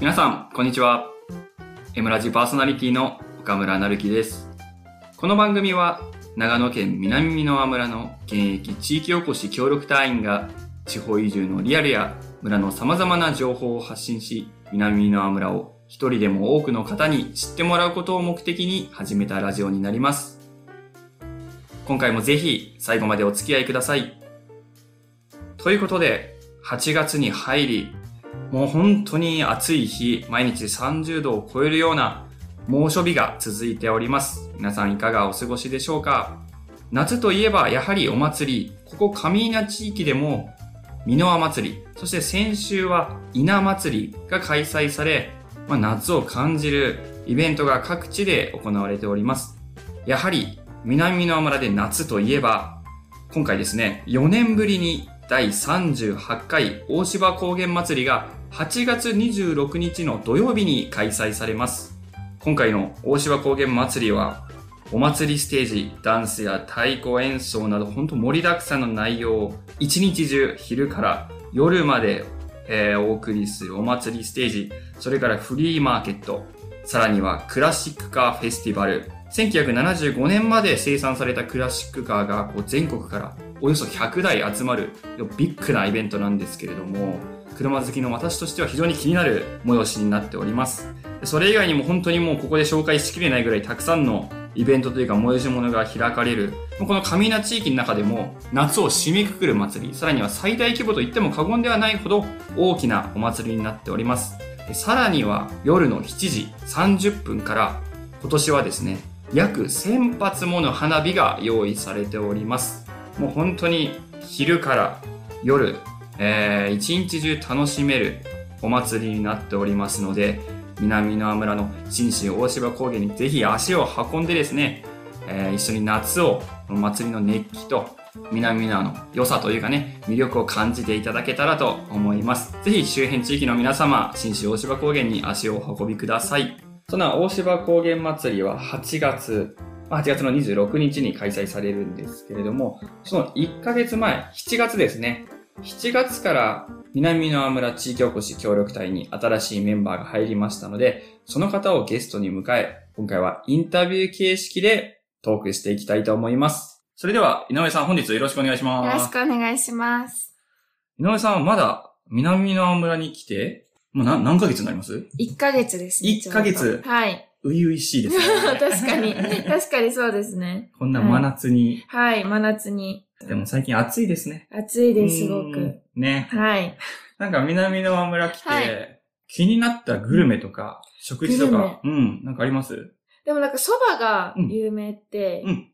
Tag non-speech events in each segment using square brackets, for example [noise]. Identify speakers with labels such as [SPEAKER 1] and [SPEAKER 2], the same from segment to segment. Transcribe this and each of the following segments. [SPEAKER 1] 皆さん、こんにちは。M ラジパーソナリティの岡村なるきです。この番組は、長野県南箕輪村の現役地域おこし協力隊員が、地方移住のリアルや村の様々な情報を発信し、南箕輪村を一人でも多くの方に知ってもらうことを目的に始めたラジオになります。今回もぜひ最後までお付き合いください。ということで、8月に入り、もう本当に暑い日、毎日30度を超えるような猛暑日が続いております。皆さんいかがお過ごしでしょうか夏といえばやはりお祭り、ここ上稲地域でも、箕輪祭り、そして先週は稲祭りが開催され、まあ、夏を感じるイベントが各地で行われております。やはり南箕輪村で夏といえば、今回ですね、4年ぶりに第38回大芝高原祭りが8月26日の土曜日に開催されます。今回の大芝高原祭りは、お祭りステージ、ダンスや太鼓演奏など本当盛りだくさんの内容を一日中昼から夜まで、えーお送りするお祭りステージ、それからフリーマーケット、さらにはクラシックカーフェスティバル。1975年まで生産されたクラシックカーがこう全国からおよそ100台集まるビッグなイベントなんですけれども、車好きの私としては非常に気になる催しになっております。それ以外にも本当にもうここで紹介しきれないぐらいたくさんのイベントというか催し物が開かれる、この上稲地域の中でも夏を締めくくる祭り、さらには最大規模と言っても過言ではないほど大きなお祭りになっております。でさらには夜の7時30分から今年はですね、約1000発もの花火が用意されております。もう本当に昼から夜、えー一日中楽しめるお祭りになっておりますので、南の村の新州大芝高原にぜひ足を運んでですね、えー一緒に夏を、この祭りの熱気と南のの良さというかね、魅力を感じていただけたらと思います。ぜひ周辺地域の皆様、新州大芝高原に足をお運びください。そんな大芝高原祭りは8月、まあ8月の26日に開催されるんですけれども、その1ヶ月前、7月ですね。7月から南の村地域おこし協力隊に新しいメンバーが入りましたので、その方をゲストに迎え、今回はインタビュー形式でトークしていきたいと思います。それでは、井上さん本日よろしくお願いし
[SPEAKER 2] よ
[SPEAKER 1] ま
[SPEAKER 2] ろ
[SPEAKER 1] す
[SPEAKER 2] し。くお願いします。
[SPEAKER 1] 井上さんはまだ南の村に来て、もうな何ヶ月になります
[SPEAKER 2] 1ヶ月ですね。
[SPEAKER 1] 一ヶ月
[SPEAKER 2] ちょうど
[SPEAKER 1] [laughs]
[SPEAKER 2] はい。
[SPEAKER 1] ういういしいです
[SPEAKER 2] [laughs]
[SPEAKER 1] ね。
[SPEAKER 2] 確かに。確かにそうですね。
[SPEAKER 1] こんな真夏に。
[SPEAKER 2] はい。真夏に。
[SPEAKER 1] でも最近暑いですね。
[SPEAKER 2] 暑いです、すご
[SPEAKER 1] う
[SPEAKER 2] く
[SPEAKER 1] ん。。ね。
[SPEAKER 2] はい。
[SPEAKER 1] なんか南の村来て、
[SPEAKER 2] はい
[SPEAKER 1] 気になったグルメとか、食事とか、うん、なんかあります
[SPEAKER 2] でもなんか蕎麦が有名って
[SPEAKER 1] うん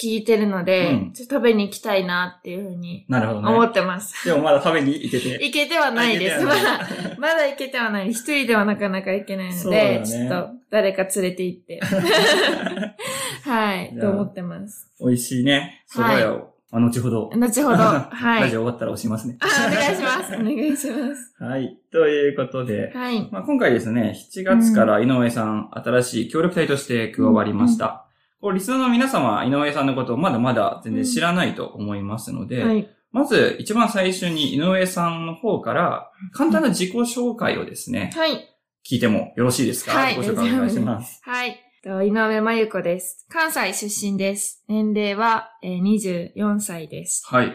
[SPEAKER 2] 聞いてるの
[SPEAKER 1] う
[SPEAKER 2] で、
[SPEAKER 1] ん
[SPEAKER 2] ちょっと食べに行きたいなっていうふうに
[SPEAKER 1] なるほど
[SPEAKER 2] 思
[SPEAKER 1] ね。
[SPEAKER 2] ってます。
[SPEAKER 1] でもまだ食べに行けて。
[SPEAKER 2] 行けては [laughs] ないです。ま
[SPEAKER 1] 行けては
[SPEAKER 2] だ、 [laughs] まだ行けてはない。一人ではなかなか行けないの
[SPEAKER 1] そうだ
[SPEAKER 2] で、
[SPEAKER 1] よね
[SPEAKER 2] ちょっと誰か連れて行って。
[SPEAKER 1] [laughs]
[SPEAKER 2] はい。
[SPEAKER 1] じゃあ
[SPEAKER 2] と思ってます。
[SPEAKER 1] 美味しいね。蕎
[SPEAKER 2] はい
[SPEAKER 1] 麦屋を、あ後ほど。
[SPEAKER 2] 後ほ
[SPEAKER 1] [laughs]
[SPEAKER 2] ど。は
[SPEAKER 1] ラ
[SPEAKER 2] い
[SPEAKER 1] ジ。オ終わったら押しますね。
[SPEAKER 2] あお願いします。お願いします。
[SPEAKER 1] はい。ということで、
[SPEAKER 2] はい。
[SPEAKER 1] まあ、今回ですね、7月から井上さん、新しい協力隊として加わりました。こうリスナーの皆様、井上さんのことをまだまだ全然知らないと思いますので、
[SPEAKER 2] はい。
[SPEAKER 1] まず一番最初に井上さんの方から、簡単な自己紹介をですね、
[SPEAKER 2] はい。
[SPEAKER 1] 聞いてもよろしいですか、
[SPEAKER 2] はい
[SPEAKER 1] ご紹介お願いします。
[SPEAKER 2] はい。と井上真由子です。関西出身です。年齢は、えー、24歳です。
[SPEAKER 1] はい。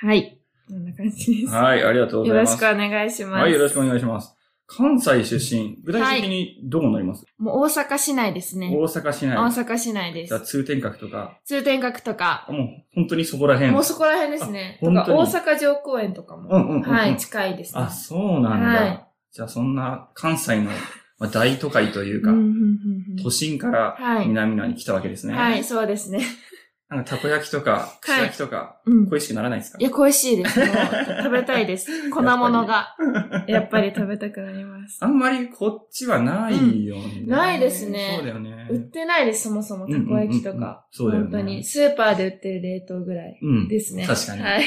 [SPEAKER 2] はい。こんな感じです。
[SPEAKER 1] はい、ありがとうご
[SPEAKER 2] よ
[SPEAKER 1] ざい
[SPEAKER 2] ろ
[SPEAKER 1] ま
[SPEAKER 2] し
[SPEAKER 1] す。
[SPEAKER 2] くお願いします。
[SPEAKER 1] はい、よろしくお願いします。関西出身、具体的にどうなります、
[SPEAKER 2] もう大阪市内ですね。
[SPEAKER 1] 大阪市内。
[SPEAKER 2] 大阪市内で
[SPEAKER 1] じゃあ
[SPEAKER 2] す。
[SPEAKER 1] 通天閣とか、
[SPEAKER 2] 通天閣とか、
[SPEAKER 1] もう本当にそこら辺。
[SPEAKER 2] もうそこら辺ですね。
[SPEAKER 1] あ
[SPEAKER 2] とか、大
[SPEAKER 1] 本当
[SPEAKER 2] 阪城公園とかも、
[SPEAKER 1] うんうんうんうん
[SPEAKER 2] はい、近いですね。
[SPEAKER 1] あ、そうなんだ。
[SPEAKER 2] はい
[SPEAKER 1] じゃあそんな関西のまあ大都会という
[SPEAKER 2] うん
[SPEAKER 1] か、
[SPEAKER 2] うんうんうん
[SPEAKER 1] 都心から
[SPEAKER 2] はい。
[SPEAKER 1] 南側に来たわけですね。
[SPEAKER 2] はい、そうですね。
[SPEAKER 1] なんかたこ焼きとか、串焼きとか、
[SPEAKER 2] うん。
[SPEAKER 1] 恋しくならないですか
[SPEAKER 2] いや、恋しい
[SPEAKER 1] [laughs]
[SPEAKER 2] です。もう食べたいです。粉物が。やっぱり食べたくなります。
[SPEAKER 1] あんまりこっちはないよね。
[SPEAKER 2] んないですね
[SPEAKER 1] そうだよね。
[SPEAKER 2] 売ってないです、そもそも、
[SPEAKER 1] うん
[SPEAKER 2] た
[SPEAKER 1] うんうん
[SPEAKER 2] こ焼きとか。
[SPEAKER 1] そうだよね。
[SPEAKER 2] 本当に。スーパーで売ってる冷凍ぐらい
[SPEAKER 1] うん。
[SPEAKER 2] ですね。
[SPEAKER 1] 確かに
[SPEAKER 2] はい。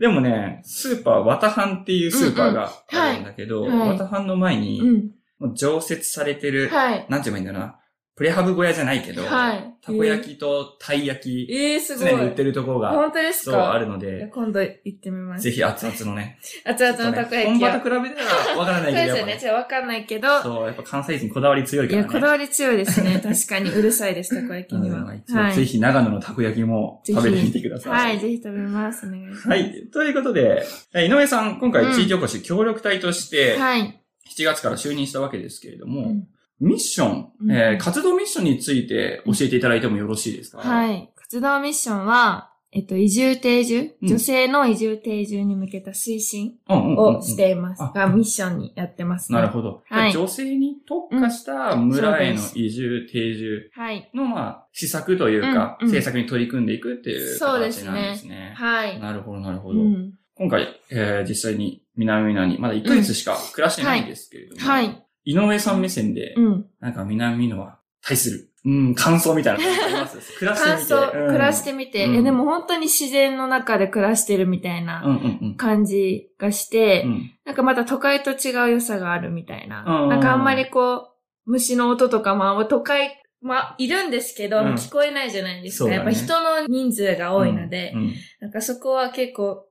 [SPEAKER 1] でもね、スーパー、ワタハンっていうスーパーが
[SPEAKER 2] うんうん
[SPEAKER 1] あるんだけど、
[SPEAKER 2] はいはい
[SPEAKER 1] ワタハンの前に、
[SPEAKER 2] うん。
[SPEAKER 1] もう常設されてる、
[SPEAKER 2] はい。
[SPEAKER 1] なんて言えばいいんだろうな。プレハブ小屋じゃないけど、
[SPEAKER 2] はい
[SPEAKER 1] たこ焼きとたい焼き、
[SPEAKER 2] ええー、すごい。
[SPEAKER 1] 常に売ってるところが、
[SPEAKER 2] 本当です
[SPEAKER 1] そ
[SPEAKER 2] か
[SPEAKER 1] う、ある
[SPEAKER 2] の
[SPEAKER 1] ので、
[SPEAKER 2] 今度行ってみます。
[SPEAKER 1] ぜひ熱々の
[SPEAKER 2] [laughs]
[SPEAKER 1] ね、
[SPEAKER 2] 熱々のたこ焼
[SPEAKER 1] 本
[SPEAKER 2] きを。
[SPEAKER 1] 場と比べたらわからな
[SPEAKER 2] そ
[SPEAKER 1] いうけ
[SPEAKER 2] で
[SPEAKER 1] ど、
[SPEAKER 2] す
[SPEAKER 1] やっ
[SPEAKER 2] よ
[SPEAKER 1] ぱ
[SPEAKER 2] ね。
[SPEAKER 1] ね
[SPEAKER 2] じゃあわかんないけど。
[SPEAKER 1] そう、やっぱ関西人こだわり強い
[SPEAKER 2] い
[SPEAKER 1] から
[SPEAKER 2] や、
[SPEAKER 1] ね。
[SPEAKER 2] こだわり強いです
[SPEAKER 1] [laughs]
[SPEAKER 2] ね。確かに、うるさいです、たこ焼きに
[SPEAKER 1] う
[SPEAKER 2] は。
[SPEAKER 1] ん一応ぜひ長野のたこ焼きも食べてみてくださ
[SPEAKER 2] はい、ぜひ食べます。お願いします。
[SPEAKER 1] はい。ということで、えー井上さん、今回
[SPEAKER 2] うん
[SPEAKER 1] 地域おこし協力隊として、
[SPEAKER 2] はい。
[SPEAKER 1] 7月から就任したわけですけれども、
[SPEAKER 2] うん
[SPEAKER 1] ミッション、
[SPEAKER 2] うん
[SPEAKER 1] えー活動ミッションについて教えていただいてもよろしいですかい。
[SPEAKER 2] はい。活動ミッションは、えっと、移住定住、
[SPEAKER 1] うん
[SPEAKER 2] 女性の移住定住に向けた推進
[SPEAKER 1] うんうんうんうん
[SPEAKER 2] をしています
[SPEAKER 1] あ
[SPEAKER 2] が、ミッションにやってます、ね。
[SPEAKER 1] なるほど。
[SPEAKER 2] はい
[SPEAKER 1] 女性に特化した村への
[SPEAKER 2] うんそうです
[SPEAKER 1] 移住、定住
[SPEAKER 2] はい。
[SPEAKER 1] の、まあ、施策というか、
[SPEAKER 2] うんうん
[SPEAKER 1] 政策に取り組んでいくっていう形
[SPEAKER 2] そ
[SPEAKER 1] なん
[SPEAKER 2] う
[SPEAKER 1] で
[SPEAKER 2] ですす
[SPEAKER 1] ね。
[SPEAKER 2] ねはい。
[SPEAKER 1] なるほど、なるほ
[SPEAKER 2] う
[SPEAKER 1] ど。
[SPEAKER 2] ん。
[SPEAKER 1] 今回、えー実際に南南にまだ1ヶ月しか暮らしてないんですけれども、
[SPEAKER 2] はい。
[SPEAKER 1] 井上さん目線で、
[SPEAKER 2] うん。
[SPEAKER 1] なんか南のは対する、うん、感想みたいなのあります暮らしてみ
[SPEAKER 2] 感
[SPEAKER 1] て。
[SPEAKER 2] 想、
[SPEAKER 1] うん
[SPEAKER 2] 暮らしてみて、
[SPEAKER 1] うん
[SPEAKER 2] え、でも本当に自然の中で暮らしてるみたいな
[SPEAKER 1] うんうん
[SPEAKER 2] 感じがして、
[SPEAKER 1] うん。うん
[SPEAKER 2] なんかまた都会と違う良さがあるみたいな。
[SPEAKER 1] うん
[SPEAKER 2] なんかあんまりこう、虫の音とかも、都会、まあ、いるんですけど、
[SPEAKER 1] うん
[SPEAKER 2] 聞こえないじゃないです
[SPEAKER 1] そう
[SPEAKER 2] か。
[SPEAKER 1] だね
[SPEAKER 2] やっぱ人の人数が多いので、
[SPEAKER 1] うんうん
[SPEAKER 2] なんかそこは結構、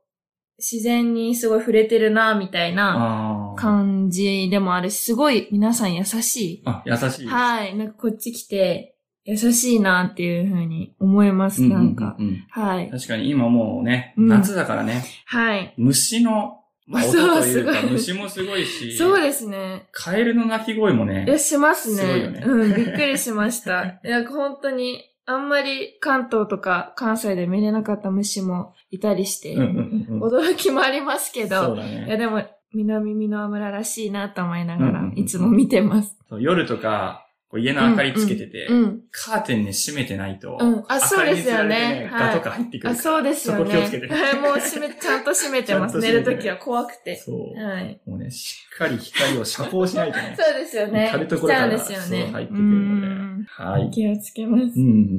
[SPEAKER 2] 自然にすごい触れてるな、みたいな
[SPEAKER 1] あー
[SPEAKER 2] 感じでもあるし、すごい皆さん優し
[SPEAKER 1] あ、優し
[SPEAKER 2] い。
[SPEAKER 1] い。
[SPEAKER 2] はい。なんかこっち来て、優しいなっていうふうに思います、
[SPEAKER 1] うんうんう
[SPEAKER 2] なんか。
[SPEAKER 1] ん
[SPEAKER 2] はい。
[SPEAKER 1] 確かに今もうね、
[SPEAKER 2] うん
[SPEAKER 1] 夏だからね、
[SPEAKER 2] はい。
[SPEAKER 1] 虫の、まあ、音
[SPEAKER 2] そう
[SPEAKER 1] というか、
[SPEAKER 2] すごい
[SPEAKER 1] 虫もすごいし、
[SPEAKER 2] そうですね。
[SPEAKER 1] カエルの鳴き声も
[SPEAKER 2] いや、
[SPEAKER 1] ね、
[SPEAKER 2] しますね。
[SPEAKER 1] すごいよね
[SPEAKER 2] うん、びっくりし
[SPEAKER 1] [laughs]
[SPEAKER 2] ました。いや、本当に、あんまり関東とか関西で見れなかった虫もいたりして、
[SPEAKER 1] うんうんうんうん。
[SPEAKER 2] 驚きもありますけ
[SPEAKER 1] そ
[SPEAKER 2] ど、
[SPEAKER 1] うだ
[SPEAKER 2] いや、
[SPEAKER 1] ね。
[SPEAKER 2] でも、南美濃村らしいなと思いなが
[SPEAKER 1] うんうん
[SPEAKER 2] ら
[SPEAKER 1] う、ん
[SPEAKER 2] いつも見てます。
[SPEAKER 1] そう夜とか、こう家の明かりつけてて、
[SPEAKER 2] うん。
[SPEAKER 1] カーテンね閉めてないと、
[SPEAKER 2] うんあそうです
[SPEAKER 1] 明
[SPEAKER 2] よね
[SPEAKER 1] かりにつられて
[SPEAKER 2] は
[SPEAKER 1] ガ
[SPEAKER 2] い
[SPEAKER 1] とか入ってくるから、
[SPEAKER 2] あ、そうですよね。
[SPEAKER 1] そこ気をつけて
[SPEAKER 2] はい、もう閉め、ちゃんと閉めてま
[SPEAKER 1] ちゃ
[SPEAKER 2] す。
[SPEAKER 1] んと
[SPEAKER 2] 寝
[SPEAKER 1] 閉め
[SPEAKER 2] る
[SPEAKER 1] て
[SPEAKER 2] ときは怖くて。
[SPEAKER 1] そう。
[SPEAKER 2] はい。
[SPEAKER 1] もうね、しっかり光を遮光しないとね。
[SPEAKER 2] [laughs] そうですよね。
[SPEAKER 1] 至るところから
[SPEAKER 2] 来ちゃうんですよ
[SPEAKER 1] そ
[SPEAKER 2] ね。
[SPEAKER 1] う入ってくるので
[SPEAKER 2] うん
[SPEAKER 1] はい。
[SPEAKER 2] 気をつけます
[SPEAKER 1] うん。うん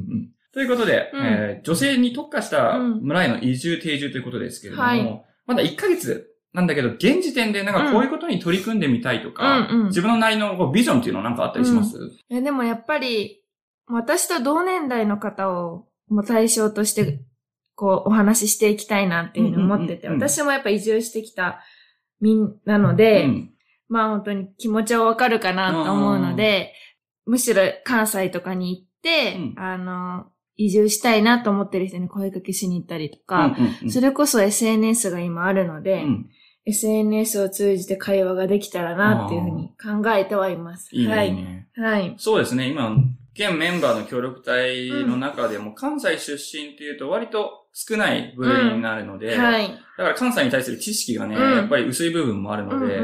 [SPEAKER 1] うんということで、
[SPEAKER 2] うん
[SPEAKER 1] えー女性に特化した
[SPEAKER 2] うん
[SPEAKER 1] 村への移住定住ということですけれども、
[SPEAKER 2] はい
[SPEAKER 1] まだ1ヶ月なんだけど、現時点でなんかこういうことに取り組んでみたいとか、
[SPEAKER 2] うんうん
[SPEAKER 1] 自分のなりのこうビジョンっていうのはなんかあったりします、
[SPEAKER 2] え、でもやっぱり、私と同年代の方を、もう対象として、こう、お話ししていきたいなっていうふうに思ってて、
[SPEAKER 1] うんうんうんうん
[SPEAKER 2] 私もやっぱ移住してきたみんなので、
[SPEAKER 1] うん
[SPEAKER 2] まあ本当に気持ちはわかるかなと思うので、むしろ関西とかに行って、
[SPEAKER 1] うん
[SPEAKER 2] あの、移住したいなと思ってる人に声かけしに行ったりとか、
[SPEAKER 1] うんうんうん
[SPEAKER 2] それこそ SNS が今あるので、
[SPEAKER 1] うん
[SPEAKER 2] SNS を通じて会話ができたらなっていうふうに考えてはいます。
[SPEAKER 1] いい
[SPEAKER 2] は
[SPEAKER 1] ね、いい
[SPEAKER 2] い。
[SPEAKER 1] ね。
[SPEAKER 2] はい。
[SPEAKER 1] そうですね、今、現メンバーの協力隊の中でも、関西出身っていうと割と少ない部類になるので、
[SPEAKER 2] はい。
[SPEAKER 1] だから関西に対する知識がね、
[SPEAKER 2] うん
[SPEAKER 1] やっぱり薄い部分もあるので、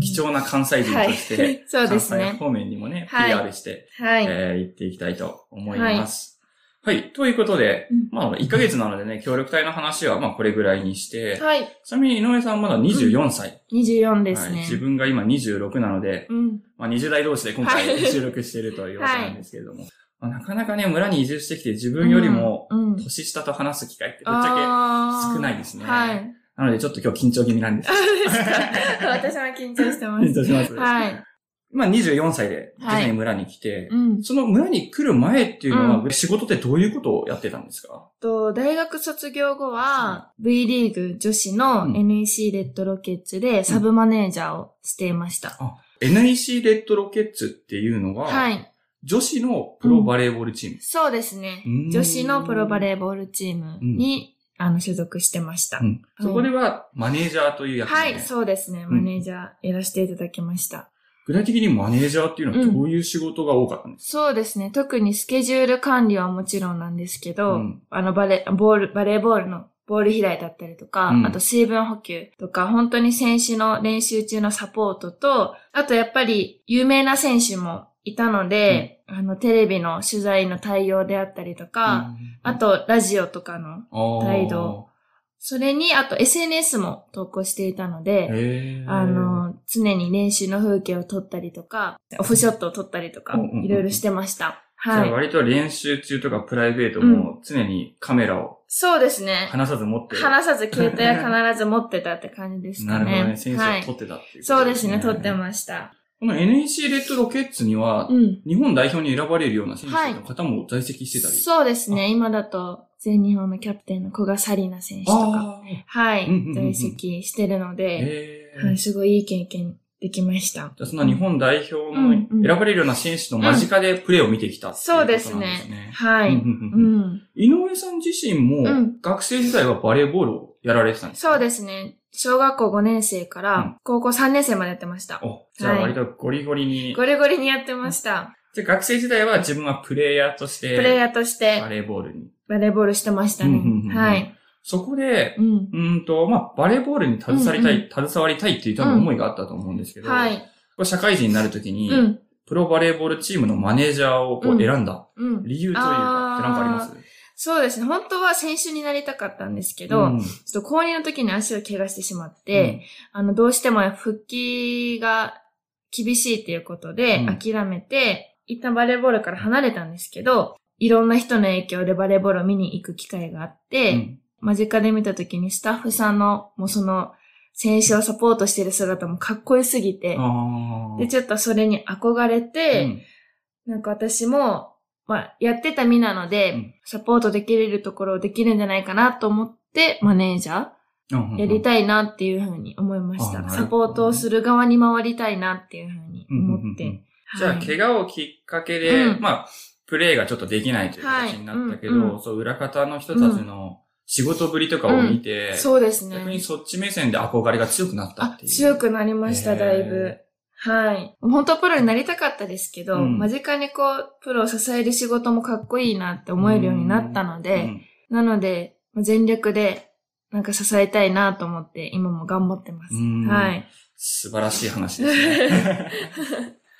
[SPEAKER 1] 貴重な関西人として、
[SPEAKER 2] はい [laughs] そうです
[SPEAKER 1] 関西
[SPEAKER 2] ね。
[SPEAKER 1] 方面にもね、
[SPEAKER 2] はい
[SPEAKER 1] PR して、
[SPEAKER 2] はい。
[SPEAKER 1] えー行っていきたいと思います。はい、ということで、
[SPEAKER 2] うん
[SPEAKER 1] まあ、1ヶ月なのでね、協力隊の話はまあ、これぐらいにして、
[SPEAKER 2] はい。
[SPEAKER 1] ちなみに井上さんまだ24歳。
[SPEAKER 2] 24です
[SPEAKER 1] はい
[SPEAKER 2] ね。
[SPEAKER 1] 自分が今26なので、
[SPEAKER 2] うん。
[SPEAKER 1] まあ、20代同士で今
[SPEAKER 2] は
[SPEAKER 1] 回
[SPEAKER 2] い
[SPEAKER 1] 収録しているという様子なんですけれども、まあ、なかなかね、村に移住してきて自分よりも
[SPEAKER 2] うん、ぶっち
[SPEAKER 1] 年下と話す機会ってぶっちゃ
[SPEAKER 2] ゃ
[SPEAKER 1] け少ないですね。
[SPEAKER 2] はい。
[SPEAKER 1] なのでちょっと今日緊張気味なんです
[SPEAKER 2] あ。そうです
[SPEAKER 1] [laughs]
[SPEAKER 2] か私も緊張してま
[SPEAKER 1] 緊
[SPEAKER 2] す。
[SPEAKER 1] 張します。
[SPEAKER 2] はい。
[SPEAKER 1] まあ24歳で実
[SPEAKER 2] はい
[SPEAKER 1] 際に村に来て、
[SPEAKER 2] うん。
[SPEAKER 1] その村に来る前っていうの
[SPEAKER 2] う
[SPEAKER 1] は、仕事ってどういうことをやってたんですか
[SPEAKER 2] と、大学卒業後は、V リーグ女子の
[SPEAKER 1] うん
[SPEAKER 2] NEC レッドロケッツでサブマネージャーをしていました。
[SPEAKER 1] ?NEC レッドロケッツっていうのは、
[SPEAKER 2] はい。
[SPEAKER 1] 女子のプロバレーボールチーム。
[SPEAKER 2] そうですね
[SPEAKER 1] うーん。
[SPEAKER 2] 女子のプロバレーボールチームに、あの、所属してました。
[SPEAKER 1] うんそこではマネージャーという役
[SPEAKER 2] は
[SPEAKER 1] 割、
[SPEAKER 2] い、そうですね。
[SPEAKER 1] ん
[SPEAKER 2] マネージャーやらせていただきました。
[SPEAKER 1] 具体的にマネージャーっていうのはどういう仕事が多かったんです
[SPEAKER 2] そうですね。特にスケジュール管理はもちろんなんですけ
[SPEAKER 1] か、
[SPEAKER 2] ど、
[SPEAKER 1] うん
[SPEAKER 2] あのバレ、ボール、バレーボールのボール開いだったりとか、
[SPEAKER 1] うん
[SPEAKER 2] あと水分補給とか、本当に選手の練習中のサポートと、あとやっぱり有名な選手もいたので、あの、テレビの取材の対応であったりとか、あとラジオとかの、
[SPEAKER 1] と
[SPEAKER 2] 態度。それに、あと SNS も投稿していたので、
[SPEAKER 1] へー
[SPEAKER 2] あ、の、常に練習の風景を撮ったりとか、オフショットを撮ったりとか
[SPEAKER 1] うんうんうん、
[SPEAKER 2] いろいろしてました。
[SPEAKER 1] じゃ
[SPEAKER 2] は
[SPEAKER 1] あ
[SPEAKER 2] い。
[SPEAKER 1] 割と練習中とかプライベートも常にカメラを
[SPEAKER 2] そうですね。
[SPEAKER 1] 離さず持ってる。
[SPEAKER 2] 話さず携帯は必ず持ってたって感じです
[SPEAKER 1] な
[SPEAKER 2] かね。
[SPEAKER 1] るほどね。選手
[SPEAKER 2] は
[SPEAKER 1] を撮ってた
[SPEAKER 2] い。
[SPEAKER 1] っていうこと、
[SPEAKER 2] そうですね、撮ってました。
[SPEAKER 1] この NEC レッドロケッツには、
[SPEAKER 2] うん。
[SPEAKER 1] 日本代表に選ばれるような選手の方も在籍してたり。
[SPEAKER 2] そうですね。今だと、全日本のキャプテンの古賀紗理那選手とか、
[SPEAKER 1] あー
[SPEAKER 2] はい
[SPEAKER 1] うんうんうんうん、
[SPEAKER 2] 在籍してるので、
[SPEAKER 1] へー
[SPEAKER 2] はい、すごいいい経験できました。
[SPEAKER 1] じゃあそんな日本代表
[SPEAKER 2] う
[SPEAKER 1] の
[SPEAKER 2] んうん
[SPEAKER 1] 選ばれるような選手の間近でプレーを見てきたっていうこと
[SPEAKER 2] そ
[SPEAKER 1] な
[SPEAKER 2] うん
[SPEAKER 1] で
[SPEAKER 2] ですす
[SPEAKER 1] ね。
[SPEAKER 2] ね。は
[SPEAKER 1] うん
[SPEAKER 2] い。
[SPEAKER 1] うん
[SPEAKER 2] う
[SPEAKER 1] うん
[SPEAKER 2] ん。
[SPEAKER 1] 井上さん自身も
[SPEAKER 2] うん
[SPEAKER 1] 学生時代はバレーボールをやられてたんです
[SPEAKER 2] そう
[SPEAKER 1] す。
[SPEAKER 2] ですね。小学校5年生か
[SPEAKER 1] うん
[SPEAKER 2] ら高校3年生までやってました。
[SPEAKER 1] おじゃあ割とゴリゴリに。
[SPEAKER 2] ゴリゴリにやってました。
[SPEAKER 1] じゃあ学生時代は自分はプレイヤーとして
[SPEAKER 2] プレイヤーとして
[SPEAKER 1] バレーボールに。
[SPEAKER 2] バレーボールしてましたね
[SPEAKER 1] うんうんうんう。ん
[SPEAKER 2] はい。
[SPEAKER 1] そこで
[SPEAKER 2] う、ん。
[SPEAKER 1] うーんと、まあ、バレーボールに携わりたい、
[SPEAKER 2] う
[SPEAKER 1] 携わりたいっていう多分思いがあったと思うんですけど、
[SPEAKER 2] は
[SPEAKER 1] こ
[SPEAKER 2] い。
[SPEAKER 1] れ社会人になるときに、
[SPEAKER 2] うん。
[SPEAKER 1] プロバレーボールチームのマネージャーをこ
[SPEAKER 2] う
[SPEAKER 1] うん選んだ
[SPEAKER 2] うん。
[SPEAKER 1] 理由というか、
[SPEAKER 2] あー
[SPEAKER 1] ってなんかあります
[SPEAKER 2] そうですね。本当は選手になりたかったんですけど、
[SPEAKER 1] うん
[SPEAKER 2] ちょっと高2の時に足を怪我してしまって、あの、どうしても復帰が厳しいっていうことで
[SPEAKER 1] うん
[SPEAKER 2] 諦めて、一旦バレーボールから離れたんですけど、いろんな人の影響でバレーボールを見に行く機会があって、
[SPEAKER 1] うん
[SPEAKER 2] 間近で見た時にスタッフさんの、もうその、選手をサポートしてる姿もかっこよすぎて、
[SPEAKER 1] あー
[SPEAKER 2] で、ちょっとそれに憧れて、
[SPEAKER 1] うん
[SPEAKER 2] なんか私も、まあ、やってた身なので、
[SPEAKER 1] うん
[SPEAKER 2] サポートできれるところできるんじゃないかなと思って、マネージャ
[SPEAKER 1] うんうん
[SPEAKER 2] ーやりたいなっていうふうに思いまし
[SPEAKER 1] あなる
[SPEAKER 2] た。
[SPEAKER 1] ほど
[SPEAKER 2] サポートをする側に回りたいなっていうふうに思っ
[SPEAKER 1] うんうんうんう
[SPEAKER 2] て。
[SPEAKER 1] じゃあ、
[SPEAKER 2] はい
[SPEAKER 1] 怪我をきっかけで、
[SPEAKER 2] うん
[SPEAKER 1] まあ、プレーがちょっとできないという形になったけど、
[SPEAKER 2] はいうんうん
[SPEAKER 1] そう、裏方の人たちの仕事ぶりとかを見て、
[SPEAKER 2] そうです
[SPEAKER 1] 逆に
[SPEAKER 2] ね。
[SPEAKER 1] そっち目線で憧れが強くなった
[SPEAKER 2] あ
[SPEAKER 1] っていう。
[SPEAKER 2] 強くなりました、
[SPEAKER 1] へー
[SPEAKER 2] だいぶ。はい。本当はプロになりたかったですけど、
[SPEAKER 1] うん
[SPEAKER 2] 間近にこう、プロを支える仕事もかっこいいなって思えるようになったので、
[SPEAKER 1] うん
[SPEAKER 2] なので、まあ全力で、なんか支えたいなと思って、今も頑張ってます。
[SPEAKER 1] うん
[SPEAKER 2] はい。
[SPEAKER 1] 素晴らしい話です
[SPEAKER 2] [laughs]
[SPEAKER 1] ね。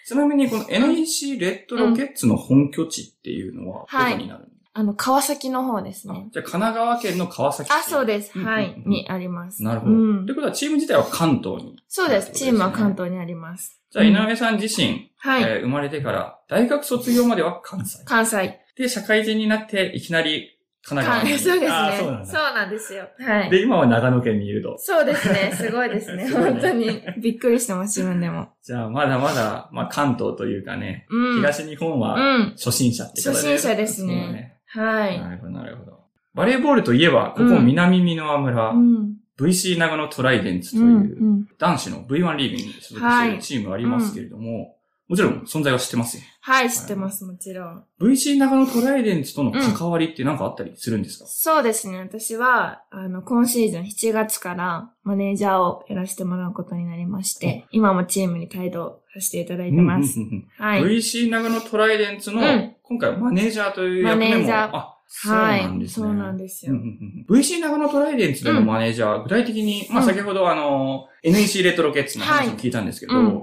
[SPEAKER 1] ちなみに、この NEC レッドロケッツの本拠地っていうのは、ど
[SPEAKER 2] はい
[SPEAKER 1] こになるんで
[SPEAKER 2] あの、川崎の方です
[SPEAKER 1] すか、
[SPEAKER 2] ね。
[SPEAKER 1] じゃあ、神奈川県の川崎市。
[SPEAKER 2] あ、そうです。
[SPEAKER 1] うん
[SPEAKER 2] はい
[SPEAKER 1] うん。うん
[SPEAKER 2] にあります。
[SPEAKER 1] なるほど。
[SPEAKER 2] うん
[SPEAKER 1] ってことは、チーム自体は関東に。
[SPEAKER 2] そう
[SPEAKER 1] ということで
[SPEAKER 2] で
[SPEAKER 1] す
[SPEAKER 2] す。
[SPEAKER 1] ね
[SPEAKER 2] チームは関東にあります。
[SPEAKER 1] じゃあ、井
[SPEAKER 2] うん
[SPEAKER 1] 上さん自身、
[SPEAKER 2] はい。
[SPEAKER 1] えー生まれてから、大学卒業までは関西。
[SPEAKER 2] 関西。
[SPEAKER 1] で、社会人になって、いきなり神
[SPEAKER 2] 関
[SPEAKER 1] 奈川に。
[SPEAKER 2] そうですね
[SPEAKER 1] あーそうなん。
[SPEAKER 2] そう
[SPEAKER 1] だ。
[SPEAKER 2] なんですよ。はい。
[SPEAKER 1] で、今は長野県にいると。
[SPEAKER 2] そうですね。すごいですね。
[SPEAKER 1] すごいね
[SPEAKER 2] 本当に。びっくりしてます、自分でも。
[SPEAKER 1] じゃあ、まだまだ、まあ、関東というかね、
[SPEAKER 2] うん。
[SPEAKER 1] 東日本
[SPEAKER 2] う
[SPEAKER 1] は
[SPEAKER 2] ん。
[SPEAKER 1] 初心者ってことで、
[SPEAKER 2] 初心者ですね
[SPEAKER 1] そうだ
[SPEAKER 2] はい。
[SPEAKER 1] なるほど、なるほど。バレーボールといえば、ここ南美濃村、
[SPEAKER 2] うん。
[SPEAKER 1] VC 長野トライデンツと
[SPEAKER 2] う
[SPEAKER 1] い
[SPEAKER 2] ん。
[SPEAKER 1] う、
[SPEAKER 2] うん。
[SPEAKER 1] 男子の V1 リーグに所属しているチームがありますけれども、もちろん存在は知ってますよ。
[SPEAKER 2] はい、知ってます、もちろん。
[SPEAKER 1] VC 長野トライデンツとの関わりって何かあったりするんですか、
[SPEAKER 2] そうですね。私は、あの、今シーズン7月からマネージャーをやらせてもらうことになりまして、今もチームに帯同させていただいてます。
[SPEAKER 1] うんうんうんうん
[SPEAKER 2] はい。
[SPEAKER 1] VC 長野トライデンツの、
[SPEAKER 2] うん
[SPEAKER 1] 今回はマネージャーという役
[SPEAKER 2] マ
[SPEAKER 1] 目
[SPEAKER 2] ネー
[SPEAKER 1] も、
[SPEAKER 2] ジャー
[SPEAKER 1] あ、そう
[SPEAKER 2] は
[SPEAKER 1] なん
[SPEAKER 2] い。
[SPEAKER 1] です
[SPEAKER 2] そ
[SPEAKER 1] ね。
[SPEAKER 2] うなんです
[SPEAKER 1] う
[SPEAKER 2] よ
[SPEAKER 1] んう。んうん VC 長野トライデンツでのマネージャー、具体的に、まあ
[SPEAKER 2] うん
[SPEAKER 1] 先ほどあの、NEC レトロケッツの話も聞いたんですけど、
[SPEAKER 2] はいうん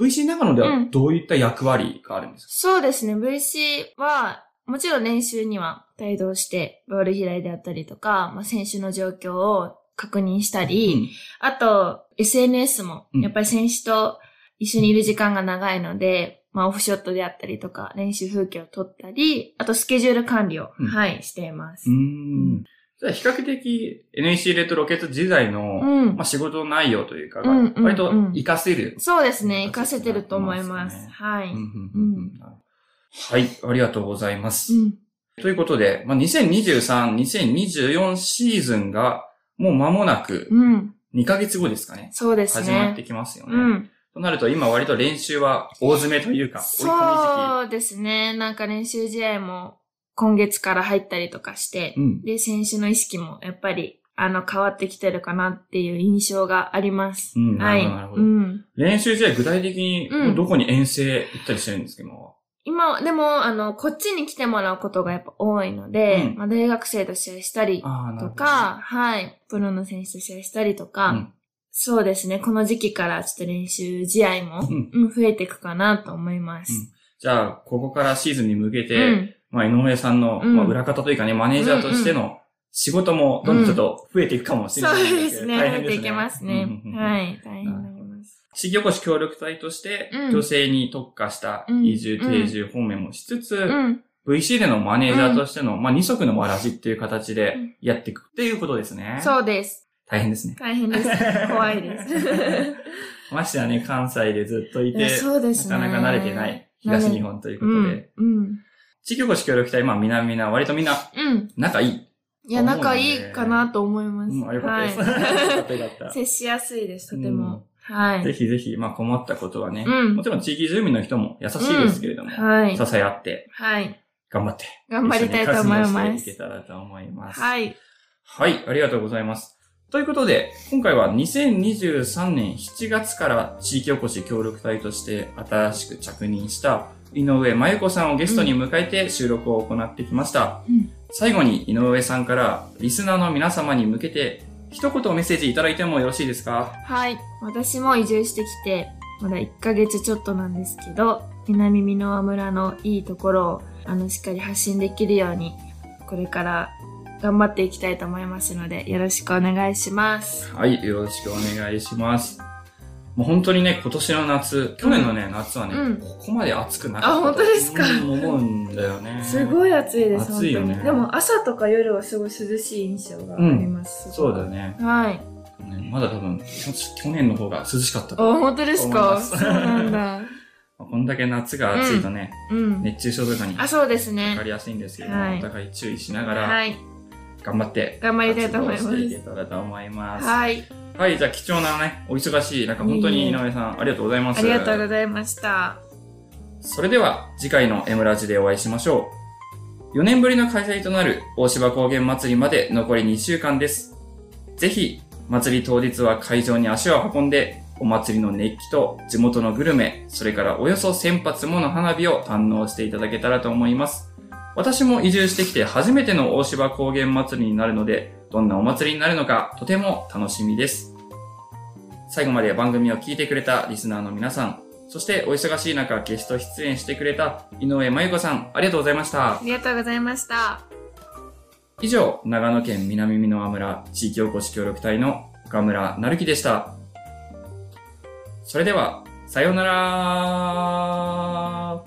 [SPEAKER 1] VC 長野で
[SPEAKER 2] う
[SPEAKER 1] は
[SPEAKER 2] ん
[SPEAKER 1] どういった役割があるんですか、
[SPEAKER 2] そうですね。VC は、もちろん練習には帯同して、ボール開いであったりとか、まあ、選手の状況を確認したり、あと、SNS も、
[SPEAKER 1] うん
[SPEAKER 2] やっぱり選手と一緒にいる時間が長いので、まあ、オフショットであったりとか、練習風景を撮ったり、あと、スケジュール管理を、
[SPEAKER 1] うん
[SPEAKER 2] はい、しています。
[SPEAKER 1] うん。うん。じゃあ比較的 NEC レトロケッツ時代の、
[SPEAKER 2] うん
[SPEAKER 1] まあ仕事内容というかが
[SPEAKER 2] うんうんうん
[SPEAKER 1] 割と活かせる。
[SPEAKER 2] そうですね、活かせてると思いま
[SPEAKER 1] 活かせてると思います
[SPEAKER 2] す。
[SPEAKER 1] ね
[SPEAKER 2] はい。
[SPEAKER 1] う
[SPEAKER 2] うんん。
[SPEAKER 1] うんうんはい、ありがとうございます。
[SPEAKER 2] うん
[SPEAKER 1] ということで、まあ、2023、2024シーズンがもう間もなく2ヶ月後ですかね。
[SPEAKER 2] そうですね。
[SPEAKER 1] 始まってきますよね。
[SPEAKER 2] うん。
[SPEAKER 1] となると今割と練習は大詰めというか、追い込み時
[SPEAKER 2] そうですね。なんか練習試合も今月から入ったりとかして
[SPEAKER 1] 期。、うん。
[SPEAKER 2] で、選手の意識もやっぱり、あの、変わってきてるかなっていう印象があります。
[SPEAKER 1] うんな
[SPEAKER 2] は
[SPEAKER 1] る
[SPEAKER 2] い。
[SPEAKER 1] ほどなるほど
[SPEAKER 2] うん。
[SPEAKER 1] 練習試合具体的に
[SPEAKER 2] うん
[SPEAKER 1] どこに遠征行ったりしてるんですか、今は。
[SPEAKER 2] 今は、でも、あの、こっちに来てもらうことがやっぱ多いので、
[SPEAKER 1] うん
[SPEAKER 2] まあ、大学生と試合したり
[SPEAKER 1] ああ、なる
[SPEAKER 2] と
[SPEAKER 1] ほど。
[SPEAKER 2] か、はい、プロの選手と試合したりとか、
[SPEAKER 1] うん
[SPEAKER 2] そうですね、この時期からちょっと練習試合も、
[SPEAKER 1] うん
[SPEAKER 2] うん、増えていくかなと思います。
[SPEAKER 1] じゃあ、ここからシーズンに向け
[SPEAKER 2] う
[SPEAKER 1] て、
[SPEAKER 2] ん、
[SPEAKER 1] まあ、井上さんの、
[SPEAKER 2] うん
[SPEAKER 1] まあ、裏方というかね、マネージャーとしての仕事も、どんどんちょっと増えていくかもしれ
[SPEAKER 2] そ
[SPEAKER 1] な
[SPEAKER 2] う
[SPEAKER 1] い
[SPEAKER 2] ですね、
[SPEAKER 1] 大
[SPEAKER 2] 増え
[SPEAKER 1] 変
[SPEAKER 2] ていけますね。
[SPEAKER 1] うんうんうん
[SPEAKER 2] はい、大変になります。
[SPEAKER 1] 地域おこし協力隊として、
[SPEAKER 2] うん
[SPEAKER 1] 女性に特化した
[SPEAKER 2] うん
[SPEAKER 1] 移住、定住方面もしつつ、
[SPEAKER 2] うん、
[SPEAKER 1] VC でのマネージャーとしての、まあ、二足のわらじっていう形でやっていくっていうことですね。
[SPEAKER 2] そうです。
[SPEAKER 1] 大変ですね。
[SPEAKER 2] 大
[SPEAKER 1] [laughs]
[SPEAKER 2] 変です。怖いです。
[SPEAKER 1] ましてはね、関西 [laughs] でずっとい
[SPEAKER 2] い
[SPEAKER 1] て
[SPEAKER 2] や、そうですね。
[SPEAKER 1] なかなか慣れてない東日本ということで、
[SPEAKER 2] うん。うん。
[SPEAKER 1] 地域おこし協力隊、まあ、みなみな、割とみんな
[SPEAKER 2] うん。
[SPEAKER 1] 仲いい。
[SPEAKER 2] いや、
[SPEAKER 1] 思うので
[SPEAKER 2] 仲いいかなと思います。
[SPEAKER 1] うん、あよかったです。よかっ
[SPEAKER 2] は
[SPEAKER 1] たよか [laughs]
[SPEAKER 2] [laughs] い。
[SPEAKER 1] っ
[SPEAKER 2] 接しやすいです、とても。は
[SPEAKER 1] た。ぜ
[SPEAKER 2] い。
[SPEAKER 1] ひぜひ、まあ、困ったことはね、
[SPEAKER 2] うん
[SPEAKER 1] もちろん地域住民の人も優しいですけれども、
[SPEAKER 2] はい。
[SPEAKER 1] 支え合って、
[SPEAKER 2] はい。
[SPEAKER 1] 頑張って、
[SPEAKER 2] 頑張りたいと思い
[SPEAKER 1] 一緒に活動し
[SPEAKER 2] ま
[SPEAKER 1] ていけ
[SPEAKER 2] す。
[SPEAKER 1] たらと思います。はい。
[SPEAKER 2] はい。
[SPEAKER 1] ありがとうございます。ということで、今回は2023年7月から地域おこし協力隊として新しく着任した井上真由子さんをゲストに迎えて収録を行ってきました。
[SPEAKER 2] うん
[SPEAKER 1] 最後に井上さんからリスナーの皆様に向けて一言メッセージいただいてもよろしいですか
[SPEAKER 2] はい。私も移住してきて、まだ1ヶ月ちょっとなんですけど、南美濃村のいいところを、あの、しっかり発信できるように、これから頑張っていきたいと思いますので、よろしくお願いします。
[SPEAKER 1] はい、よろしくお願いします。もう本当にね、今年の夏、去年のね、夏はね、
[SPEAKER 2] うん
[SPEAKER 1] ここまで暑くなかったと
[SPEAKER 2] あ本当ですか
[SPEAKER 1] うん思うんだよね。
[SPEAKER 2] [laughs] す
[SPEAKER 1] い。
[SPEAKER 2] ごい暑いです、
[SPEAKER 1] 暑いよね
[SPEAKER 2] 本当に。でも朝とか夜はすごい涼しい印象があります。
[SPEAKER 1] そうだ。ね。
[SPEAKER 2] はい。
[SPEAKER 1] ねまだ多分、去年の方が涼しかった
[SPEAKER 2] あ、
[SPEAKER 1] と思う。
[SPEAKER 2] 本当です
[SPEAKER 1] 思い
[SPEAKER 2] か
[SPEAKER 1] ます
[SPEAKER 2] そうなんだ。
[SPEAKER 1] こんだけ夏が暑いとね、
[SPEAKER 2] うん。
[SPEAKER 1] 熱中症とかに
[SPEAKER 2] あ、
[SPEAKER 1] か
[SPEAKER 2] そうですね
[SPEAKER 1] か。りやすいんですけど、
[SPEAKER 2] はい
[SPEAKER 1] お互い注意しながら、
[SPEAKER 2] はい。
[SPEAKER 1] 頑張って、
[SPEAKER 2] 頑張りたいと思い
[SPEAKER 1] 活動していけ
[SPEAKER 2] ま。
[SPEAKER 1] たらと思いますす。
[SPEAKER 2] はい。
[SPEAKER 1] はい、じゃあ貴重なね、お忙しい、なんか本当に井上さん、ありがとうございます。
[SPEAKER 2] ありがとうございました。
[SPEAKER 1] それでは次回の M ラジでお会いしましょう。4年ぶりの開催となる大芝高原祭りまで残り2週間です。ぜひ、祭り当日は会場に足を運んで、お祭りの熱気と地元のグルメ、それからおよそ1000発もの花火を堪能していただけたらと思います。私も移住してきて初めての大芝高原祭りになるので、どんなお祭りになるのかとても楽しみです。最後まで番組を聞いてくれたリスナーの皆さん、そしてお忙しい中ゲスト出演してくれた井上真由子さん、ありがとうございました
[SPEAKER 2] あ。りがとうございました。
[SPEAKER 1] 以上、長野県南美濃村地域おこし協力隊の岡村成樹でした。それでは、さようなら